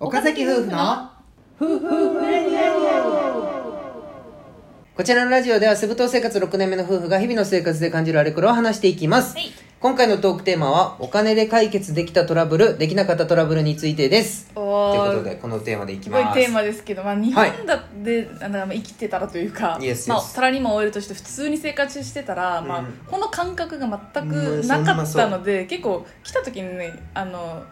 岡崎夫婦の夫婦こちらのラジオではセブ島生活6年目の夫婦が日々の生活で感じるあれこれを話していきます、はい今回のトークテーマはお金で解決できたトラブルできなかったトラブルについてですおというこーとでこのテーマでいきすごいますテーマですけど、まあ、日はい本だで、あの生きてたらというか、 Yes, まあ、 yes サラリーマン OL として普通に生活してたら、うまあん、この感覚が全うんくそなんかなっそうたので、結構来た時にねあの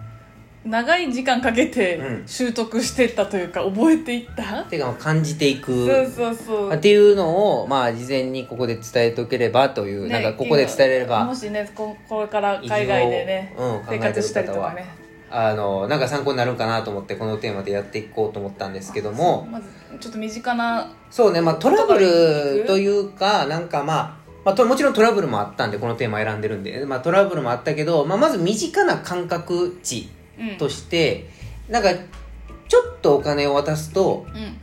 長い時間かけてうん習得してったというか覚えていった、ていうかまあ感じていくそうそうそうっていうのをまあ事前にここで伝えておければという、ねなんかここで伝えれればもしねここれから海外でね移住をうん生活したりとかねあのなんか参考になるかなと思ってこのテーマでやっていこうと思ったんですけどもまずちょっと身近なそうね、まあ、トラブル言葉に行くというかなんかまあまあ、ともちろんトラブルもあったんでこのテーマ選んでるんで、まあ、トラブルもあったけど、まあ、まず身近な感覚値うんとして、なんかちょっとお金を渡すとうん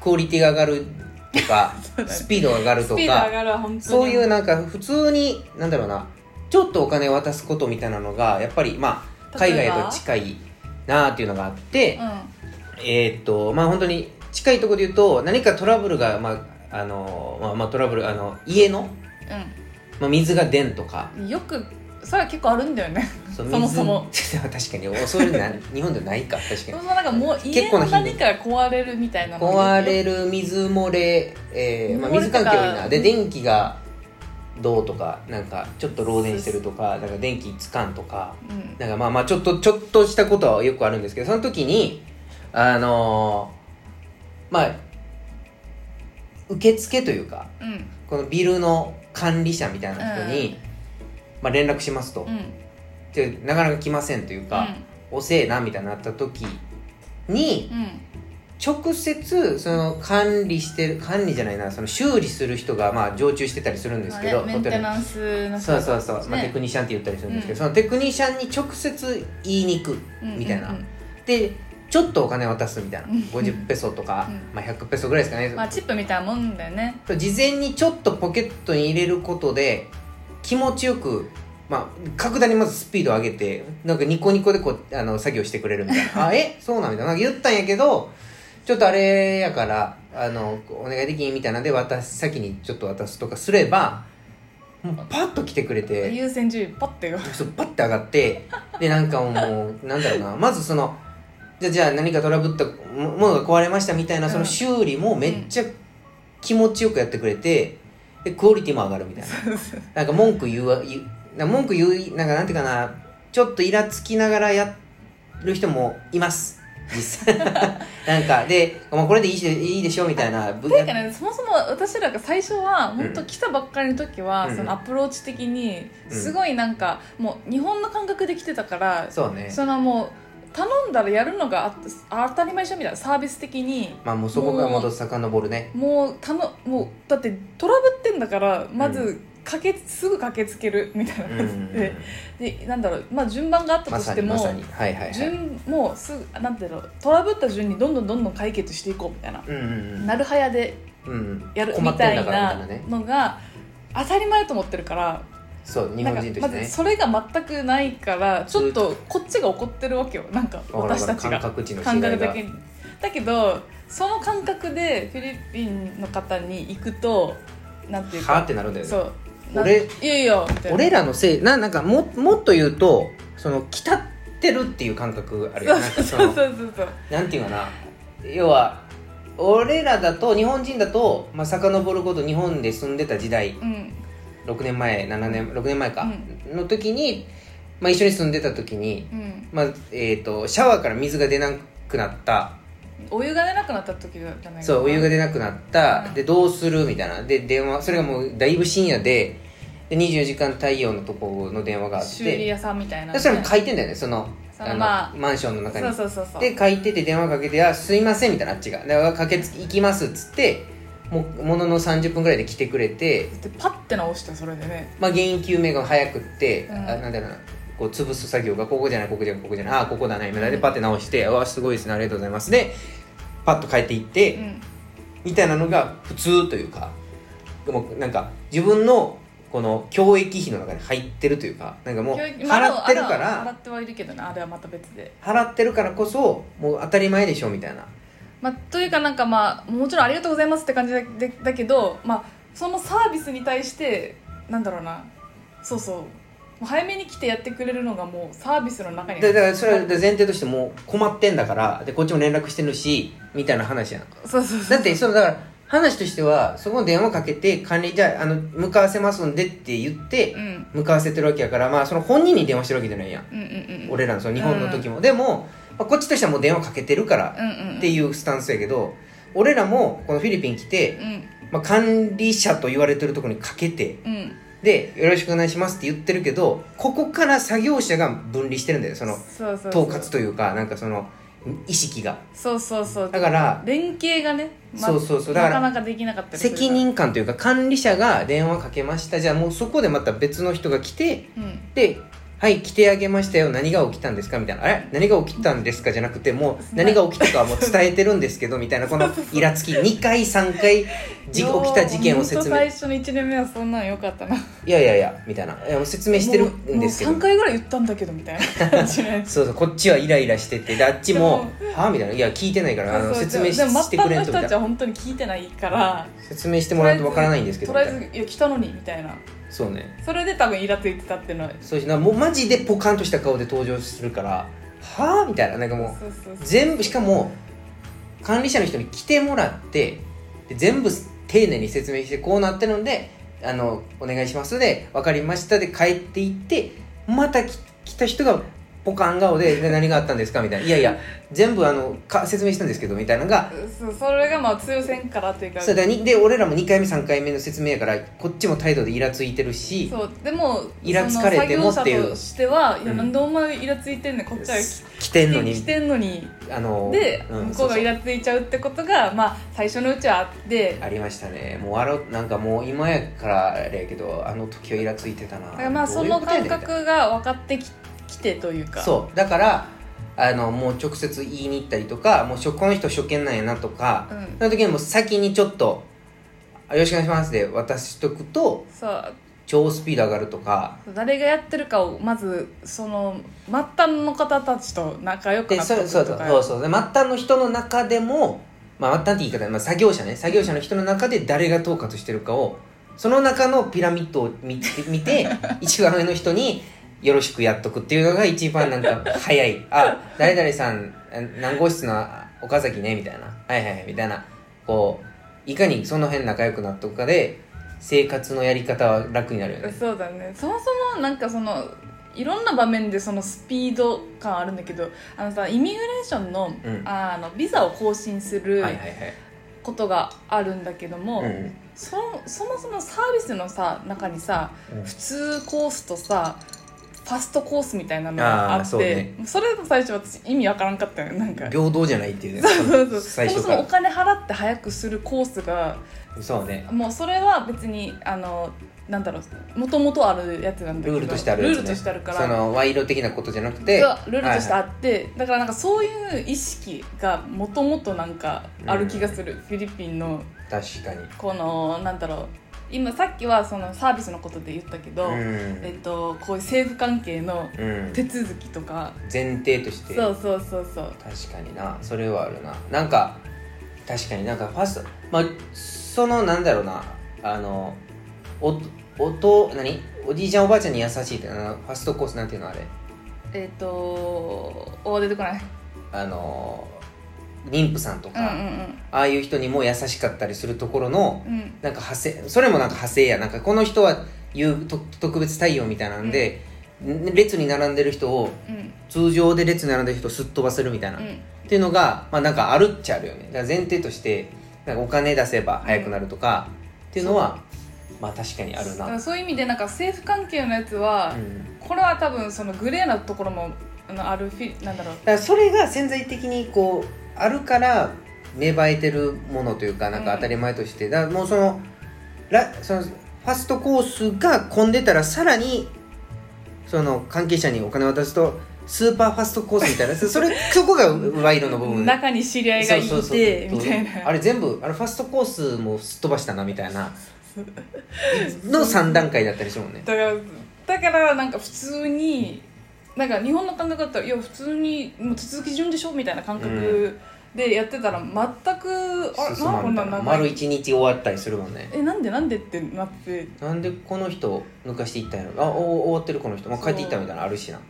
クオリティが上がるとか スピードが上がるスとピードか上がるわ本当にそういうなんか普通になんだろうなちょっとお金を渡すことみたいなのがやっぱりまあ海例えば外と近いなっていうのがあってう、んえーっとまあ本当に近いところで言うと何かトラブルがまああのまあ、まあ、トラブルあの家の、うんまあ、水が出んとかよくそれは結構あるんだよねそそもそも水 確かにおそういう のな日本でないか確そかもにそもなんかもう結家構のな頻度何かが壊れるみたいなの壊れる水漏れ、えーまあ、漏れ水関係多いとなかで電気がどうとかなんかちょっと漏電してるとかなんか電気つかんとかうんなんかまあまあちょっとちょっとしたことはよくあるんですけどその時にあのーまあ受付というかうんこのビルの管理者みたいな人に、まあ、連絡しますと、うんでなかなか来ませんというか、遅えなみたいになった時にうん直接その管理してる管理じゃないなその修理する人がまあ常駐してたりするんうんですまあけど、ねメンテナンスの人そうそうそう、まあ、ねテクニシャンって言ったりするんですけど、うそんのテクニシャンに直接言いに行くみたいな、うんうんうんでちょっとお金渡すみたいなうん50ペソとか、うんまあ、100ペソぐらいですかね、まあチップみたいなもんだよね事前にちょっとポケットに入れることで気持ちよく、まあ、格段にまずスピードを上げてなんかニコニコでこうあの作業してくれるみたいなあえそうなんみたいななんか言ったんやけどちょっとあれやからあのお願いできんみたいなんで渡す先にちょっと渡すとかすればもうパッと来てくれて優先順位パッてよそうバッて上がってでなんかもうなんだろうなまずそのじゃあじゃあ何かトラブったもものが壊れましたみたいなそのうん修理もめっちゃ気持ちよくやってくれてでクオリティも上がるみたいななんか文句言うわ言うなんか文句言うなんかなんていうかなちょっとイラつきながらやる人もいます実 際なんかで、まあ、これでいいしいいでしょみたいなぶていうかねそもそも私らが最初はん本当来たばっかりの時は、うんそのアプローチ的にんすごいなんか、もう日本の感覚で来てたからそうねそのもう頼んだらやるのがあ当たり前じゃんみたいなサービス的にまあもうそこから戻す遡るねもうたのもうだってトラブってんだからまず駆け、すぐ駆けつける みたいなう感じで,、んでなんだろう、まあ、順番があったまとしさてにも、まさにはいはいはい順もうすぐなんていうのトラブった順にどんどんどんどん解決していこうみたいな、うんうんうんなるはやでうん、やる困みってたんいだからみたいななねのが当たり前だと思ってるからそう日なん本か人としまてずねそれが全くないからちょっとこっちが怒ってるわけよなんかわかるわ私かたるち感が覚値の違感い覚が的にだけどその感覚でフィリピンの方に行くとなんていうはあかってなるんだよそねうなん俺いやいやみたいな俺らのせいななんかももっと言うとその来たってるっていう感覚あるよねなんかそ そうそうのそうそうなんていうかな要は俺らだと日本人だと、まあ遡ること日本で住んでた時代うん6年前7年6年前か、の時に、まあ、一緒に住んでた時に、うんまあえー、とシャワーから水が出なくなったお湯が出なくなった時だったねそうお湯が出なくなった、うんでどうするみたいなで電話それがもうだいぶ深夜でで24時間対応のとこの電話があっ修理て屋さんみたいなでそれも書いてんだよねそのそのまあマンションの中にそうそうそうそうで書いてて電話かけて「あすいません」みたいなあっちが「だから駆けつけ行きます」っつってもうものの30分ぐらいで来てくれて、でパッて直したそれでねまあ、原因究明が早くって、うんあなんだろうなこう潰す作業がここじゃないここじゃないここじゃないあここだね今でパッて直して「うわすごいですねありがとうございます」でパッと帰っていって、うんみたいなのが普通というかでもなんか自分のここの教育費の中に入ってるというかなんかもう教育ま払あってるかあのら払ってはいるけどねあれはまた別で、払ってるからこそもう当たり前でしょみたいなまあ、というかなんかまあもちろんありがとうございますって感じだでだけど、まあ、そのサービスに対してなんだろうなそうそうもう早めに来てやってくれるのがもうサービスの中にだだからそれは前提としてもう困ってんだからでこっちも連絡してるしみたいな話やんそうそうそうだってそのだから話としてはそこに電話かけて管理じゃああの向かわせますんでって言ってうん向かわせてるわけやからまあその本人に電話してるわけじゃないやんうんうんうん俺らのその日本の時も、でも、まあ、こっちとしてはもう電話かけてるからうんうんうんっていうスタンスやけど俺らもこのフィリピン来て、うんまあ、管理者と言われてるところにかけてうんでよろしくお願いしますって言ってるけどここから作業者が分離してるんだよそのそうそうそう統括というかなんかその意識がそうそうそうだから連携がね、そうそうそうだからなかなかできなかったりするから責任感というか管理者が電話かけましたじゃあもうそこでまた別の人が来てうんで「はい来てあげましたよ何が起きたんですか?」みたいな「あれ何が起きたんですか?」じゃなくてもう何が起きたかはもう伝えてるんですけどみたいなこのイラつき2回3回じ起きた事件を説ほん明と最初の1年目はそんなんよかった「ないやいやいや」みたいな「いやもう説明してるんですけどもうもう3」回ぐらい言ったんだけどみたいな感じのやつそうそうこっちはイライラしててであっちも「はあ?」みたいな「いや聞いてないからあのそう説そう明しでもしてくれん末端と」みの人たたいちはな本当に聞いてないから説明してもらうとわからないんですけどとみりたあいなえずいや来たのにみたいなそうねそれで多分イラついてたっていうのはそうしなもうマジでポカンとした顔で登場するからはあみたいななんかもそうそううそう全部しかも管理者の人に来てもらってで全部丁寧に説明してこうなってるんであのお願いしますで分かりましたで帰っていってまたき来た人がポカン顔 でで何があったんですかみたいないやいや全部あのか説明したんですけどみたいなのがそうそれがまあ通せんからというかそうだにで俺らも2回目3回目の説明やからこっちも態度でイラついてるしそうでもイラつかれてもそのっていう作業者としては「いやうんなんでお前イラついてんねんこっちは来来てんのてに来てんのに」あので、ん向こうがそそイラついちゃうってことが、まあ、最初のうちはあってありましたねもう笑うなんかもう今やからあれやけどあの時はイラついてたなだからまあどそういうこのとやね感んみたいな覚が分かってききてというかそうだからあのもう直接言いに行ったりとかもう初この人初見なんやなとか、うんその時にもう先にちょっと「あよろしくお願いします」で渡しとくとそう超スピード上がるとか誰がやってるかをまずその末端の方たちと仲良くでなっそてうそうとそうかそうそうで末端の人の中でも、まあ、末端って言い方、まあ、作業者ね作業者の人の中で誰が統括してるかをその中のピラミッドを見て 見て一番上の人によろしくやっとくっていうのが一番なんか早いあ誰々さんあ何号室のあ岡崎ねみたいなはいはいはいみたいなこういかにその辺仲良くなっとくかで生活のやり方は楽になるよねそうだねそもそもなんかそのいろんな場面でそのスピード感あるんだけどあのさイミグレーションの,、うんあのビザを更新するはいはいことがあるんだけども、はい、うんそそもそもサービスのさ中にさうん普通コースとさファストコースみたいなのあがーあってそそうねれの最初私意味わからんかったよなんか平等じゃないっていうねそうそうそ最も初そかもおら金払って早くするコースがそうねもうそれは別にあのなんだろうもともとあるやつなんだけルどールとしてあるルやーつねルとしてあるからその賄賂的なことじゃなくてそうルールとしてあはいって、だからなんかそういう意識がもともとなんかある気がする、フィリピンのはい確かにこのなんだろう今さっきはそのサービスのことで言ったけど、えっと、こういう政府関係のうん、うん、手続きとか、前提としてそうそうそうそう確かになそれはあるななんか確かになんかファーストまあそのなんだろうなあのおおと何おじいちゃんおばあちゃんに優しいってあのファストコースなんていうのあれえっ、とお出てこないあの妊婦さんとうんか、ああいう人にも優しかったりするところのうんうんうんなんか派生それもなんか派生やなんかこの人は言うと特別対応みたいなんで、ん列に並んでる人をうん通常で列に並んでる人をすっ飛ばせるみたいな、うっんていうのがまあなんかあるっちゃあるよねだから前提としてなんかお金出せば早くなるとか、っていうのはまあ確かにあるだかな、らそういう意味でなんか政府関係のやつは、うんこれは多分そのグレーなところもあのあるフィなんだろうだからそれが潜在的にこうあるから芽生えてるものというかなんか当たり前として、だからもうそのラそのファストコースが混んでたらさらにその関係者にお金渡すとスーパーファストコースみたいな それそこが賄賂の部分中に知り合いがいてそうそうそうみたいなあれ全部あれファストコースもすっ飛ばしたなみたいなそうの3段階だったりしてもんねだからだからなんか普通になんか日本の感覚だったらいや普通にもう手続き順でしょみたいな感覚でやってたら全く、あ進なまんかんこんみたないな長丸い1日終わったりするもんねえなんでなんでってなって なんでこの人抜かしていったんやろあお終わってるこの人、まあ、帰っていったみたいなのあるしな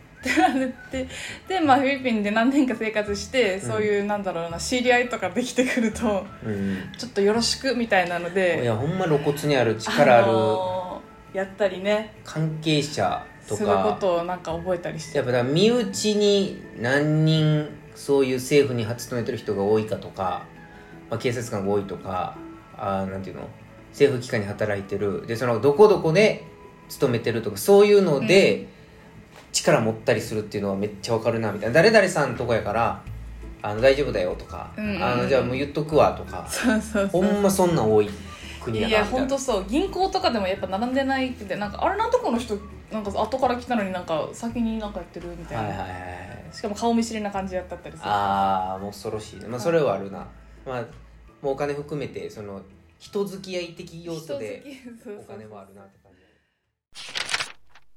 でで、まあ、フィリピンで何年か生活してそういう、なんだろうな知り合いとかできてくるとうんちょっとよろしくみたいなのいでやほんま露骨にある力ああるのやったりね関係者とするこかとをなんか覚えたりしてやっぱだから身内に何人そういう政府に勤めてる人が多いかとか、まあ、警察官が多いとかあーなんていうの政府機関に働いてるでそのどこどこで勤めてるとかそういうので力持ったりするっていうのはめっちゃわかるなみたいな誰々さんとこやからあの大丈夫だよとか、うんうんうんあのじゃあもう言っとくわとかそうそうそほうんまそんなん多い国いやなやみたい本な当そう銀行とかでもやっぱ並んでないってなんかあれなんとこの人なんか後から来たのになんか先になんかやってるみたいな、はいはいはいはいしかも顔見知りな感じやったったりするああもう恐ろしいねまあそれはあるな、まあもうお金含めてその人付き合い的要素で人好きそうそうお金はあるなって感じ